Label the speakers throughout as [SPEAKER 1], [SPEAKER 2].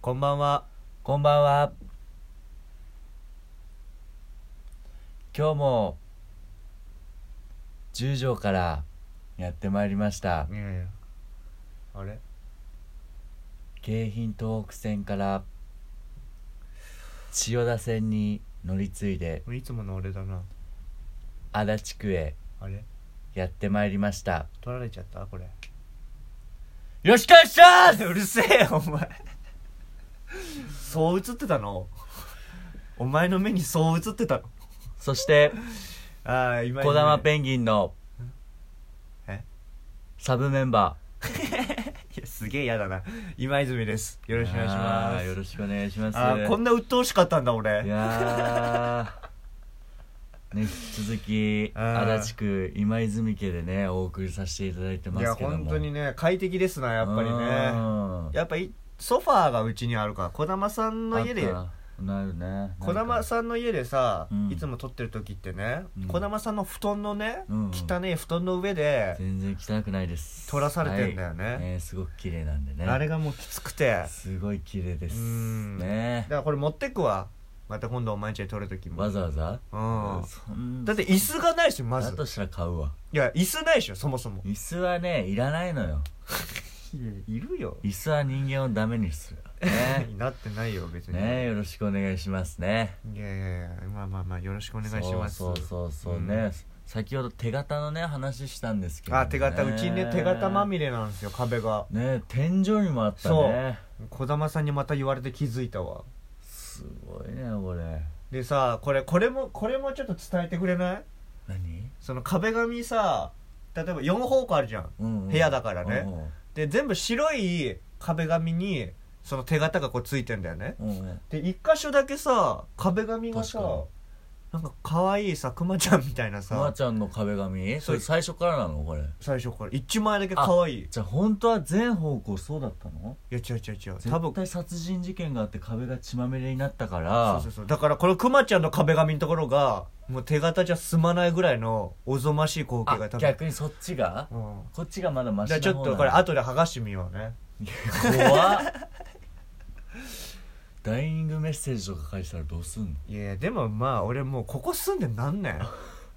[SPEAKER 1] こんばんは。
[SPEAKER 2] こんばんは。今日も十条からやってまいりました。
[SPEAKER 1] いやいや。あれ
[SPEAKER 2] 京浜東北線から千代田線に乗り継いで
[SPEAKER 1] いつもの俺だな。
[SPEAKER 2] 足立区へ
[SPEAKER 1] あれ
[SPEAKER 2] やってまいりました。
[SPEAKER 1] 取られちゃったこれ。
[SPEAKER 2] よろしくお願いしま
[SPEAKER 1] うるせえよ、お前。そう映ってたのお前の目にそう映ってたの
[SPEAKER 2] す。そして
[SPEAKER 1] ああ、今
[SPEAKER 2] 小玉ペンギンの
[SPEAKER 1] え
[SPEAKER 2] サブメンバー
[SPEAKER 1] いやすげえ嫌だな今泉ですよろしくお願いし
[SPEAKER 2] あ
[SPEAKER 1] ま
[SPEAKER 2] ーよ
[SPEAKER 1] す
[SPEAKER 2] ろしくお願いします。
[SPEAKER 1] あーこんな鬱陶しかったんだ
[SPEAKER 2] い
[SPEAKER 1] 俺
[SPEAKER 2] やーね、引き続き
[SPEAKER 1] あー
[SPEAKER 2] 足立区今泉家でねお送りさせていただいて
[SPEAKER 1] い
[SPEAKER 2] ま
[SPEAKER 1] や
[SPEAKER 2] すけども
[SPEAKER 1] 本当にね快適ですなやっぱりね
[SPEAKER 2] ね
[SPEAKER 1] やっぱりソファーがうちにあるから児玉さんの家で
[SPEAKER 2] なるね
[SPEAKER 1] 児玉さんの家でさ、
[SPEAKER 2] うん
[SPEAKER 1] いつも撮ってる時ってね
[SPEAKER 2] うん
[SPEAKER 1] 児、玉さんの布団のね、
[SPEAKER 2] うん
[SPEAKER 1] 汚い布団の上で、
[SPEAKER 2] 全然汚くないです
[SPEAKER 1] 撮らされてんだよね
[SPEAKER 2] はいねすごく綺麗なんでね
[SPEAKER 1] あれがもうきつくて
[SPEAKER 2] すごい綺麗です
[SPEAKER 1] うんだ
[SPEAKER 2] ね
[SPEAKER 1] からこれ持ってくわまた今度お前んちで撮る時も
[SPEAKER 2] わざわざ
[SPEAKER 1] うん
[SPEAKER 2] そん
[SPEAKER 1] だって椅子がないしま
[SPEAKER 2] だ
[SPEAKER 1] ず
[SPEAKER 2] としたら買うわ
[SPEAKER 1] いや椅子ないでしょそもそも
[SPEAKER 2] 椅子はねいらないのよ
[SPEAKER 1] いるよ
[SPEAKER 2] 椅子は人間をダメにするね
[SPEAKER 1] なって ないよ別に
[SPEAKER 2] ねよろしくお願いしますね
[SPEAKER 1] いやいやいやまあまあまあよろしくお願いします
[SPEAKER 2] そうそうそうそうね、
[SPEAKER 1] うん
[SPEAKER 2] 先ほど手形のね話したんですけど、ね、
[SPEAKER 1] あ手形うちね手形まみれなんですよ壁が
[SPEAKER 2] ね天井にもあったね
[SPEAKER 1] 児玉さんにまた言われて気づいたわ
[SPEAKER 2] すごいねこれ
[SPEAKER 1] でさこれこれもこれもちょっと伝えてくれない
[SPEAKER 2] 何、
[SPEAKER 1] その壁紙さ例えば4方向あるじゃん
[SPEAKER 2] うんうん
[SPEAKER 1] 部屋だからね
[SPEAKER 2] う
[SPEAKER 1] で全部白い壁紙にその手形がこうついてんだよね
[SPEAKER 2] んうんうんうん
[SPEAKER 1] で一箇所だけさ壁紙がさ
[SPEAKER 2] 確かに
[SPEAKER 1] なんか可愛いさくまちゃんみたいな
[SPEAKER 2] まー
[SPEAKER 1] さ
[SPEAKER 2] ちゃんの壁紙そ
[SPEAKER 1] そう
[SPEAKER 2] れ最初からなのこれ
[SPEAKER 1] 最初から一枚だけ可愛いい
[SPEAKER 2] じゃあ本当は全方向そうだったの
[SPEAKER 1] や違う違う違う多分
[SPEAKER 2] 絶対殺人事件があって壁が血まみれになった
[SPEAKER 1] そ
[SPEAKER 2] か
[SPEAKER 1] う
[SPEAKER 2] ら
[SPEAKER 1] そうそうだからこのくまちゃんの壁紙のところがもう手形じゃ済まないぐらいのおぞましい光景が多
[SPEAKER 2] あ
[SPEAKER 1] 分
[SPEAKER 2] 逆にそっちが
[SPEAKER 1] うん
[SPEAKER 2] こっちがまだマシ
[SPEAKER 1] じゃ
[SPEAKER 2] な
[SPEAKER 1] あ
[SPEAKER 2] 方
[SPEAKER 1] ちょっとこれ
[SPEAKER 2] なんだ
[SPEAKER 1] 後で剥がしてみようね
[SPEAKER 2] 怖っダイイングメッセージとか書いてたらどうすん
[SPEAKER 1] いやでもまあ俺もうここ住んで何年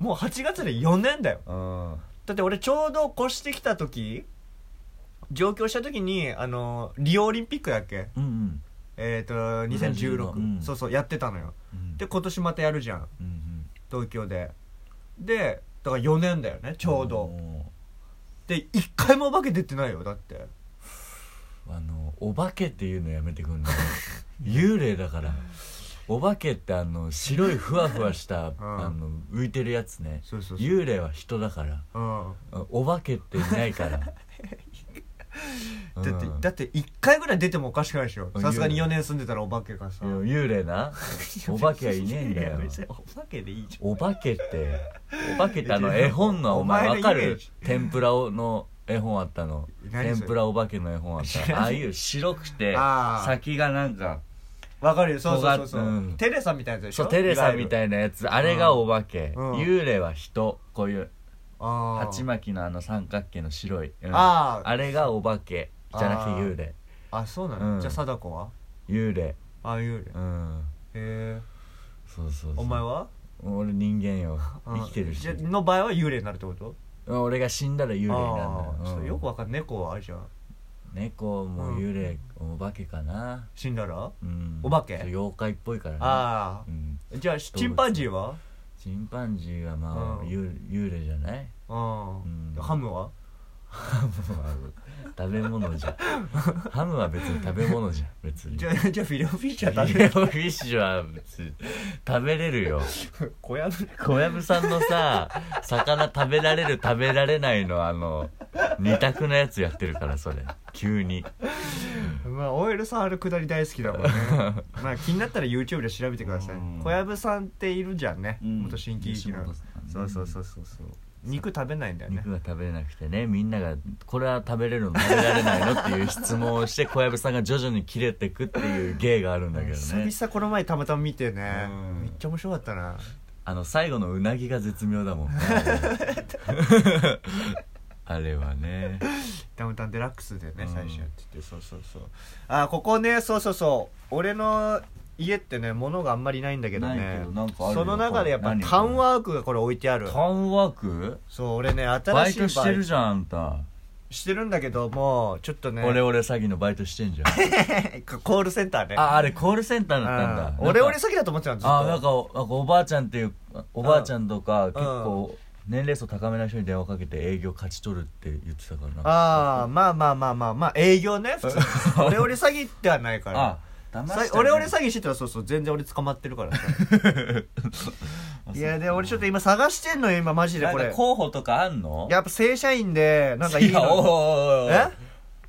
[SPEAKER 1] もう8月で4年だよ
[SPEAKER 2] の
[SPEAKER 1] だって俺ちょうど越してきた時上京した時にあのリオオリンピックだっけ
[SPEAKER 2] うんうん
[SPEAKER 1] えっ、と2016、
[SPEAKER 2] うん
[SPEAKER 1] そうそうやってたのよ
[SPEAKER 2] うん
[SPEAKER 1] で今年またやるじゃん
[SPEAKER 2] うんうん
[SPEAKER 1] 東京ででだから4年だよねちょうど、
[SPEAKER 2] ん
[SPEAKER 1] で1回もお化け出てないよだって
[SPEAKER 2] あのお化けっていうのやめてくんの幽霊だからお化けってあの白いふわふ わした、あの浮いてるやつね
[SPEAKER 1] そうそうそう
[SPEAKER 2] 幽霊は人だから
[SPEAKER 1] うん
[SPEAKER 2] あお化けっていないから
[SPEAKER 1] だって、
[SPEAKER 2] うん
[SPEAKER 1] だって1回ぐらい出てもおかしくないでしょ
[SPEAKER 2] あ
[SPEAKER 1] さすがに
[SPEAKER 2] 幽霊
[SPEAKER 1] 4年住んでたらお化けがさ
[SPEAKER 2] いや幽 霊なお化けはいねえんだ
[SPEAKER 1] いや
[SPEAKER 2] よ
[SPEAKER 1] 別にお化けでいいじ
[SPEAKER 2] お化けってお化けってあの
[SPEAKER 1] いや
[SPEAKER 2] 絵本の
[SPEAKER 1] お
[SPEAKER 2] お
[SPEAKER 1] 前
[SPEAKER 2] 前
[SPEAKER 1] の
[SPEAKER 2] わか
[SPEAKER 1] イメー
[SPEAKER 2] る
[SPEAKER 1] ジ
[SPEAKER 2] 天ぷらをの絵本あったの
[SPEAKER 1] 何それ
[SPEAKER 2] 天ぷらお化けの絵本あったああいう白くて
[SPEAKER 1] あー
[SPEAKER 2] 先がなんか
[SPEAKER 1] ゃんわかるよそうそうそうそう、
[SPEAKER 2] うん
[SPEAKER 1] テレサみたいなやつでしょ
[SPEAKER 2] そうテレサみたいなやつあれがお化け、
[SPEAKER 1] うん
[SPEAKER 2] 幽霊は人こういう
[SPEAKER 1] あ
[SPEAKER 2] 鉢巻きのあの三角形の白い、うん
[SPEAKER 1] あー
[SPEAKER 2] あれがお化けじゃなくて幽霊
[SPEAKER 1] あそうなの、
[SPEAKER 2] うん
[SPEAKER 1] じゃあ貞子は
[SPEAKER 2] 幽霊
[SPEAKER 1] ああいうへ
[SPEAKER 2] うん
[SPEAKER 1] え
[SPEAKER 2] そうそうそ
[SPEAKER 1] お
[SPEAKER 2] う
[SPEAKER 1] 前は
[SPEAKER 2] 俺人間よ
[SPEAKER 1] うん
[SPEAKER 2] 生きてるし
[SPEAKER 1] じゃの場合は幽霊になるってこと
[SPEAKER 2] うん俺が死んだら幽霊になる
[SPEAKER 1] あ
[SPEAKER 2] ん
[SPEAKER 1] ー
[SPEAKER 2] だ
[SPEAKER 1] ちょっと
[SPEAKER 2] よ、うん
[SPEAKER 1] よくわかんない猫はあれじゃん
[SPEAKER 2] 猫も
[SPEAKER 1] うん
[SPEAKER 2] 幽霊、お化けかな
[SPEAKER 1] 死んだら、
[SPEAKER 2] うん
[SPEAKER 1] お化け
[SPEAKER 2] 妖怪っぽいからね
[SPEAKER 1] あ
[SPEAKER 2] うん、
[SPEAKER 1] あじゃあチンパンジーは
[SPEAKER 2] チンパンジーはまあ、
[SPEAKER 1] うん
[SPEAKER 2] 幽幽霊じゃない
[SPEAKER 1] うん、
[SPEAKER 2] うん
[SPEAKER 1] ハムは
[SPEAKER 2] ハムは食べ物じゃんハムは別に食べ物じゃん別に
[SPEAKER 1] じゃあじゃあフィレオフィッシャー食
[SPEAKER 2] フ
[SPEAKER 1] べる
[SPEAKER 2] ィレオフィッシュは別に食べれるよ
[SPEAKER 1] 小屋の
[SPEAKER 2] 小籔さんのさ魚食べられる食べられないのあの二択のやつやってるからそれ急に
[SPEAKER 1] まあ OL さんあるくだり大好きだもん ねまあ気になったら YouTube で調べてください
[SPEAKER 2] うん
[SPEAKER 1] 小籔さんっているじゃんね、
[SPEAKER 2] うん
[SPEAKER 1] 元新喜劇の
[SPEAKER 2] 吉本さんね
[SPEAKER 1] そうそうそうそうそう肉食べないんだよね
[SPEAKER 2] 肉が食べれなくてねみんなが「これは食べれるの食べられないの?」っていう質問をして小籔さんが徐々に切れてくっていう芸があるんだけど
[SPEAKER 1] 久
[SPEAKER 2] ね
[SPEAKER 1] 々この前たまたま見てね
[SPEAKER 2] うん
[SPEAKER 1] めっちゃ面白かったな
[SPEAKER 2] あの最後のうなぎが絶妙だもんあれはね
[SPEAKER 1] ダウンタウンデラックスでね、
[SPEAKER 2] うん
[SPEAKER 1] 最初やっててそうそうそうあここねそうそうそう俺の家ってね物があんまりないんだけど
[SPEAKER 2] ない
[SPEAKER 1] ね
[SPEAKER 2] けどなんかある
[SPEAKER 1] そ
[SPEAKER 2] よ
[SPEAKER 1] の中でやっぱ
[SPEAKER 2] 何
[SPEAKER 1] タウンワークがこれ置いてある
[SPEAKER 2] タウンワーク
[SPEAKER 1] そう俺ね新しい
[SPEAKER 2] バイトしてる
[SPEAKER 1] バ
[SPEAKER 2] じゃんあんた、
[SPEAKER 1] イしてるんだけどもうちょっとね
[SPEAKER 2] オレオレ詐欺のバイトしてんじゃん
[SPEAKER 1] コールセンターね
[SPEAKER 2] ああれコールセンター
[SPEAKER 1] う
[SPEAKER 2] だ
[SPEAKER 1] ん
[SPEAKER 2] ったんだなんか
[SPEAKER 1] 俺俺詐欺だと思ってたのずっと
[SPEAKER 2] あなんかおなんかおばあちゃんっていうおばあちゃんとか結構年齢層高めな人に電話かけて営業勝ち取るって言ってたからな
[SPEAKER 1] ああまあまあまあまあまあ営業ね普通に俺俺詐欺ではないか
[SPEAKER 2] あ
[SPEAKER 1] ら
[SPEAKER 2] 騙
[SPEAKER 1] さ
[SPEAKER 2] したね
[SPEAKER 1] 俺俺詐欺してたらそうそう全然俺捕まってるからさ いやで俺ちょっと今探してんのよ今マジで
[SPEAKER 2] なん
[SPEAKER 1] こ
[SPEAKER 2] か
[SPEAKER 1] れ
[SPEAKER 2] 候補とかあんの
[SPEAKER 1] やっぱ正社員でなんかいい
[SPEAKER 2] いやお
[SPEAKER 1] の
[SPEAKER 2] いおいおいおい
[SPEAKER 1] え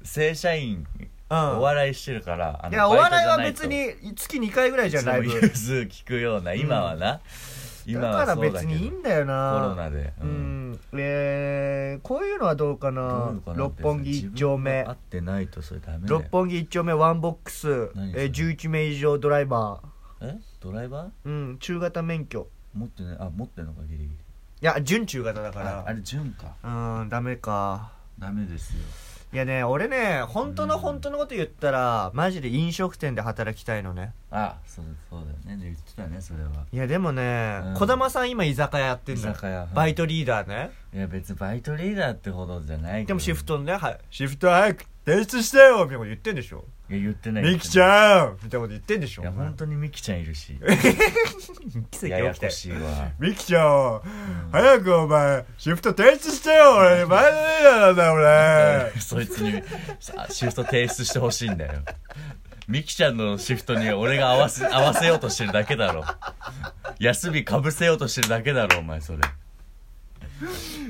[SPEAKER 2] 正社員、
[SPEAKER 1] うん
[SPEAKER 2] お笑いしてるからあ
[SPEAKER 1] い
[SPEAKER 2] の
[SPEAKER 1] やお笑いは
[SPEAKER 2] バイト
[SPEAKER 1] 別
[SPEAKER 2] じゃないと
[SPEAKER 1] に月2回ぐらいじゃんライ
[SPEAKER 2] いつ
[SPEAKER 1] ブ
[SPEAKER 2] も融通聞くような今はな、今
[SPEAKER 1] だか
[SPEAKER 2] は
[SPEAKER 1] ら
[SPEAKER 2] そうだけど
[SPEAKER 1] 別にいいんだよ
[SPEAKER 2] コ
[SPEAKER 1] な
[SPEAKER 2] ロナで、
[SPEAKER 1] う、んえーこういうのはどうか
[SPEAKER 2] どうい
[SPEAKER 1] な
[SPEAKER 2] うのかな
[SPEAKER 1] 六本木一丁
[SPEAKER 2] 自分
[SPEAKER 1] 目
[SPEAKER 2] が合ってないとそれダメだよ
[SPEAKER 1] 六本木一丁目ワンボックス、
[SPEAKER 2] 何そ
[SPEAKER 1] え
[SPEAKER 2] れ
[SPEAKER 1] ー、11名以上ドライバ
[SPEAKER 2] えドライバー
[SPEAKER 1] ーうん中型免許
[SPEAKER 2] 持ってないあ持ってんのかギリギリ
[SPEAKER 1] いや準中型だか
[SPEAKER 2] ああ
[SPEAKER 1] ら
[SPEAKER 2] れ純か
[SPEAKER 1] うんダメか
[SPEAKER 2] ダメですよ
[SPEAKER 1] いやね俺ね本当の
[SPEAKER 2] うん
[SPEAKER 1] 本当のこと言ったらマジで飲食店で働きたいのね
[SPEAKER 2] あそうそうだよねで言ってたねそれはい
[SPEAKER 1] やでもね
[SPEAKER 2] うん
[SPEAKER 1] 児玉さん今居酒屋やってんだよ
[SPEAKER 2] 居酒屋
[SPEAKER 1] バイトリーダーね
[SPEAKER 2] いや別にバイトリーダーってほどじゃないけど
[SPEAKER 1] でもシフトねはいシフト早く提出してよみたいなこと言ってんでしょ
[SPEAKER 2] いや言ってない
[SPEAKER 1] ミキちゃんみたいなこと言ってんでしょ
[SPEAKER 2] いや本当にミキちゃんいるし
[SPEAKER 1] 奇
[SPEAKER 2] や
[SPEAKER 1] 跡
[SPEAKER 2] や
[SPEAKER 1] 起きて
[SPEAKER 2] こしいわ
[SPEAKER 1] ミキちゃん、早くお前シフト提出してよ俺バイトリーダーなんだ俺
[SPEAKER 2] そいつにさシフト提出してほしいんだよミキちゃんのシフトに俺が 合わせ合わせようとしてるだけだろ休みかぶせようとしてるだけだろお前それ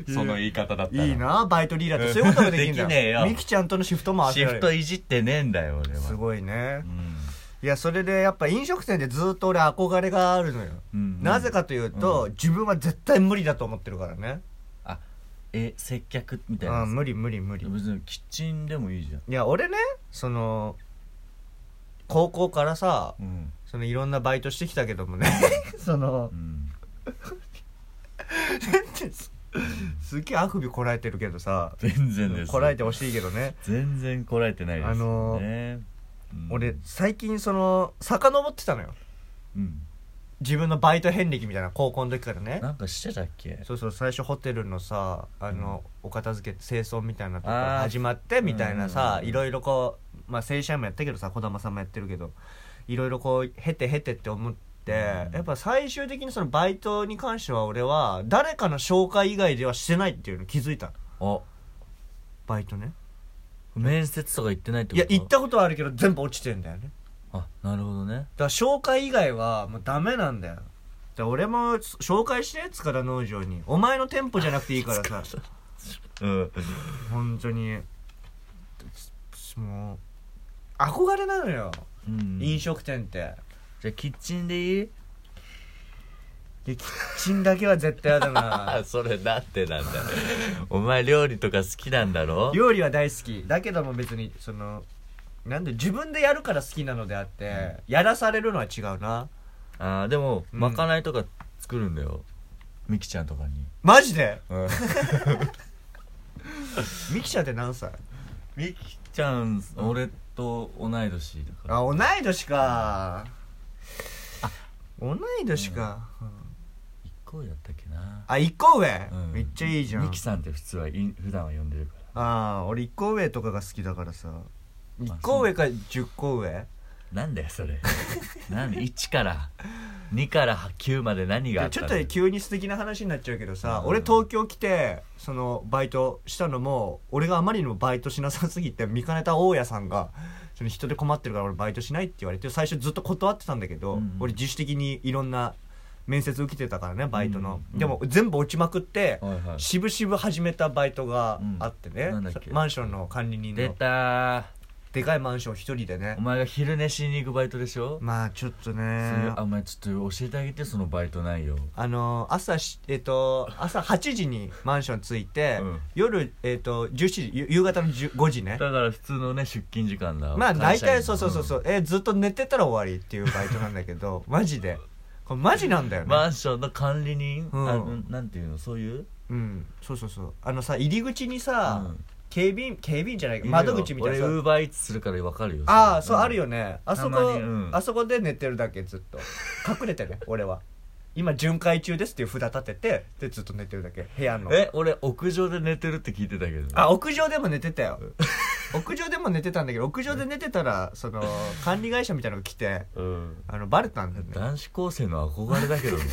[SPEAKER 2] その言い方だった ら
[SPEAKER 1] いいなバイトリーダー ってそういうことができんだ
[SPEAKER 2] できねえよ
[SPEAKER 1] ミキちゃんとのシフトも合わせ
[SPEAKER 2] シ
[SPEAKER 1] られる
[SPEAKER 2] フトいじってねえんだよ俺は
[SPEAKER 1] すごいね
[SPEAKER 2] うん
[SPEAKER 1] いやそれでやっぱ飲食店でずっと俺憧れがあるのよ、
[SPEAKER 2] うんうん
[SPEAKER 1] なぜかというと、
[SPEAKER 2] う
[SPEAKER 1] 自分は絶対無理だと思ってるからね
[SPEAKER 2] あえ接客みたいな
[SPEAKER 1] う
[SPEAKER 2] や
[SPEAKER 1] ん無理無理無
[SPEAKER 2] つ
[SPEAKER 1] 理
[SPEAKER 2] 別にキッチンでもいいじゃん
[SPEAKER 1] いや俺ねその高校からさ
[SPEAKER 2] うん、
[SPEAKER 1] そのいろんなバイトしてきたけどもね その
[SPEAKER 2] うん、
[SPEAKER 1] すっげえあくびこらえてるけどさ
[SPEAKER 2] 全然です
[SPEAKER 1] こらえてほしいけどね
[SPEAKER 2] 全然こらえてないですよね、
[SPEAKER 1] あの
[SPEAKER 2] うん
[SPEAKER 1] 俺最近その遡ってたのよ
[SPEAKER 2] うん
[SPEAKER 1] 自分のバイト遍歴みたいな高校の時からね
[SPEAKER 2] なんかしてたっけ
[SPEAKER 1] そうそう最初ホテルのさあの、お片付け清掃みたいなとこから始まってみたいなさ
[SPEAKER 2] うん
[SPEAKER 1] いろいろこう、まあ、正社員もやったけどさ児玉さんもやってるけどいろいろこうへてへてって思って。
[SPEAKER 2] うん
[SPEAKER 1] やっぱ最終的にそのバイトに関しては俺は誰かの紹介以外ではしてないっていうの気づいたの
[SPEAKER 2] あ
[SPEAKER 1] バイトね
[SPEAKER 2] 面接とか行ってないって
[SPEAKER 1] い
[SPEAKER 2] こ
[SPEAKER 1] や
[SPEAKER 2] と
[SPEAKER 1] 行ったことはあるけど全部落ちてんだよね
[SPEAKER 2] あなるほどね
[SPEAKER 1] だから紹介以外はもうダメなんだよだから俺も紹介して塚田農場にお前の店舗じゃなくていいからさ
[SPEAKER 2] うん
[SPEAKER 1] 本当にもう憧れなのよ、飲食店って
[SPEAKER 2] じゃあキッチンでいい
[SPEAKER 1] でキッチンだけは絶対やだな
[SPEAKER 2] あそれだってなんだ お前料理とか好きなんだろ
[SPEAKER 1] 料理は大好きだけども別にそのなんで自分でやるから好きなのであって、やらされるのは違うな
[SPEAKER 2] あーでも、
[SPEAKER 1] うん
[SPEAKER 2] まかないとか作るんだよミキちゃんとかに
[SPEAKER 1] マジで
[SPEAKER 2] うん
[SPEAKER 1] ミキちゃんって何歳
[SPEAKER 2] ミキちゃん俺と同い年だから
[SPEAKER 1] あ同い年か同い年か、うん
[SPEAKER 2] 一個上だったっけな
[SPEAKER 1] あ一個上、
[SPEAKER 2] うん
[SPEAKER 1] めっちゃいいじゃん
[SPEAKER 2] ミキさんって普通はい普段は呼んでるか
[SPEAKER 1] ああ俺一個上とかが好きだからさ一
[SPEAKER 2] そう
[SPEAKER 1] 個上か10個上
[SPEAKER 2] らなんだよそれなんで1から2から9まで何があっ
[SPEAKER 1] ち
[SPEAKER 2] た
[SPEAKER 1] ょ
[SPEAKER 2] の
[SPEAKER 1] っと急に素敵な話になっちゃうけどさ、
[SPEAKER 2] うん
[SPEAKER 1] 俺東京来てそのバイトしたのも俺があまりにもバイトしなさすぎて見かねた大家さんがその人で困ってるから俺バイトしないって言われて最初ずっと断ってたんだけど、
[SPEAKER 2] うん
[SPEAKER 1] 俺自主的にいろんな面接受けてたからねバイトの、
[SPEAKER 2] うん
[SPEAKER 1] でも全部落ちまくって、
[SPEAKER 2] はいはい
[SPEAKER 1] しぶしぶ始めたバイトがあってね、
[SPEAKER 2] うんなんだっけ
[SPEAKER 1] マンションの管理人
[SPEAKER 2] 出
[SPEAKER 1] の
[SPEAKER 2] たー
[SPEAKER 1] でかいマンション一人でね
[SPEAKER 2] お前が昼寝しに行くバイトでしょ、
[SPEAKER 1] まあちょっと
[SPEAKER 2] そ
[SPEAKER 1] ね
[SPEAKER 2] れあお前ちょっと教えてあげてそのバイト内容
[SPEAKER 1] あの朝しえっ、と朝8時にマンション着いて、
[SPEAKER 2] うん
[SPEAKER 1] 夜えっ、と17時ゆ夕方の10 5時
[SPEAKER 2] だ
[SPEAKER 1] ね
[SPEAKER 2] から普通のね出勤時間だ
[SPEAKER 1] まあ
[SPEAKER 2] 会
[SPEAKER 1] 大
[SPEAKER 2] 社員
[SPEAKER 1] 体そうそうそうそう、えずっと寝てたら終わりっていうバイトなんだけ どマジでこれマジなんだよ
[SPEAKER 2] うん
[SPEAKER 1] ね、
[SPEAKER 2] マンションの管理人、
[SPEAKER 1] うん
[SPEAKER 2] あうんなんていうのそういう
[SPEAKER 1] うんそうそうそうあのさ入り口にさ、
[SPEAKER 2] うん
[SPEAKER 1] 警備員警備員じゃないか窓口みたい
[SPEAKER 2] 俺ウ
[SPEAKER 1] な
[SPEAKER 2] ー
[SPEAKER 1] さ
[SPEAKER 2] バーイーツするから分かるよ
[SPEAKER 1] ああそう、
[SPEAKER 2] ん
[SPEAKER 1] あるよねあそこ
[SPEAKER 2] たまにうん
[SPEAKER 1] あそこで寝てるだけずっと隠れてね俺は今巡回中ですっていう札立ててでずっと寝てるだけ部屋の
[SPEAKER 2] え俺屋上で寝てるって聞いてたけど
[SPEAKER 1] あ屋上でも寝てたよ屋上でも寝てたんだけど屋上で寝てたらその管理会社みたいなのが来て
[SPEAKER 2] うん
[SPEAKER 1] あのバレたんだよね
[SPEAKER 2] 男子高生の憧れだ けどね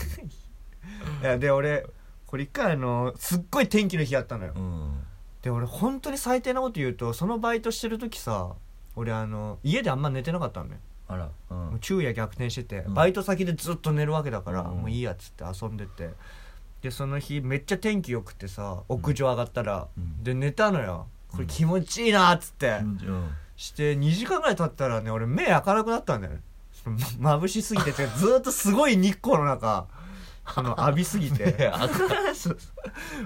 [SPEAKER 1] いやで俺これ一回あのすっごい天気の日やったのよ、
[SPEAKER 2] うん
[SPEAKER 1] で俺本当に最低なこと言うとそのバイトしてる時さ俺あの家であんま寝てなかったのね、
[SPEAKER 2] あらう
[SPEAKER 1] もうん昼夜逆転してて、
[SPEAKER 2] うん
[SPEAKER 1] バイト先でずっと寝るわけだから、
[SPEAKER 2] うん
[SPEAKER 1] もういいやっつって遊んでてでその日めっちゃ天気よくてさ屋上上がったら、
[SPEAKER 2] うん
[SPEAKER 1] で寝たのよこれ
[SPEAKER 2] うん
[SPEAKER 1] 気持ちいいなっつって、
[SPEAKER 2] うん
[SPEAKER 1] して2時間ぐらい経ったらね俺目開かなくなったんだよねそのま眩しすぎてて かずーっとすごい日光の中その浴びすぎてそうそう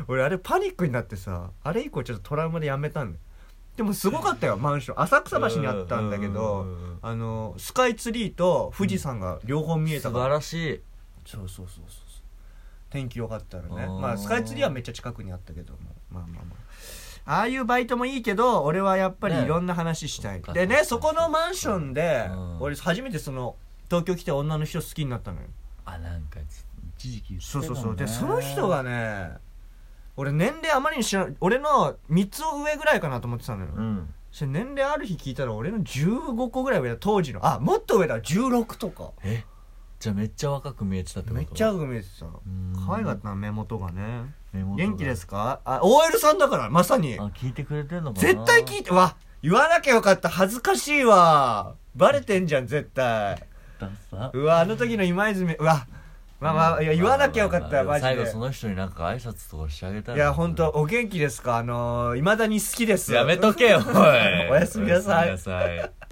[SPEAKER 1] 俺あれパニックになってさあれ以降ちょっとトラウマでやめたんだよでもすごかったよマンション浅草橋にあったんだけ
[SPEAKER 2] う
[SPEAKER 1] ど
[SPEAKER 2] んうんうんうん
[SPEAKER 1] あのスカイツリーと富士山が両方見えた
[SPEAKER 2] 素
[SPEAKER 1] か
[SPEAKER 2] 晴
[SPEAKER 1] ら、
[SPEAKER 2] らしい
[SPEAKER 1] そうそうそうそうそう天気良かったのね
[SPEAKER 2] あー
[SPEAKER 1] まあスカイツリーはめっちゃ近くにあったけどもまあまあまあああいうバイトもいいけど俺はやっぱり
[SPEAKER 2] ね
[SPEAKER 1] いろんな話したい、
[SPEAKER 2] そっか
[SPEAKER 1] で
[SPEAKER 2] そ
[SPEAKER 1] ね
[SPEAKER 2] っか
[SPEAKER 1] そこのマンションで
[SPEAKER 2] うん
[SPEAKER 1] 俺初めてその東京来て女の人好きになったのよ
[SPEAKER 2] あなんかち一時期言ってた
[SPEAKER 1] そう
[SPEAKER 2] もん
[SPEAKER 1] そ
[SPEAKER 2] ね
[SPEAKER 1] うそうでその人がね俺年齢あまりに知らない俺の3つ上ぐらいかなと思ってたのよ、
[SPEAKER 2] うん
[SPEAKER 1] そして年齢ある日聞いたら俺の15個ぐらい上だ当時のあもっと上だ16とか
[SPEAKER 2] えじゃあめっちゃ若く見えてたってこと
[SPEAKER 1] めっちゃうめえてた
[SPEAKER 2] ん
[SPEAKER 1] 可愛かったな目元がね
[SPEAKER 2] 目元が
[SPEAKER 1] 元気ですかあ OL さんだからまさに
[SPEAKER 2] あ聞いてくれてんのかな
[SPEAKER 1] 絶対聞いてわ言わなきゃよかった恥ずかしいわバレてんじゃん絶対
[SPEAKER 2] ダサ
[SPEAKER 1] うわあの時の今泉うわまあまあいや言わなきゃよかったよ
[SPEAKER 2] まあ
[SPEAKER 1] マジ
[SPEAKER 2] 最後
[SPEAKER 1] で
[SPEAKER 2] その人になんか挨拶とかしてあげたら
[SPEAKER 1] いや本当お元気ですかあのいまだに好きです
[SPEAKER 2] やめとけよおい
[SPEAKER 1] おやすみなさい
[SPEAKER 2] おやすみなさい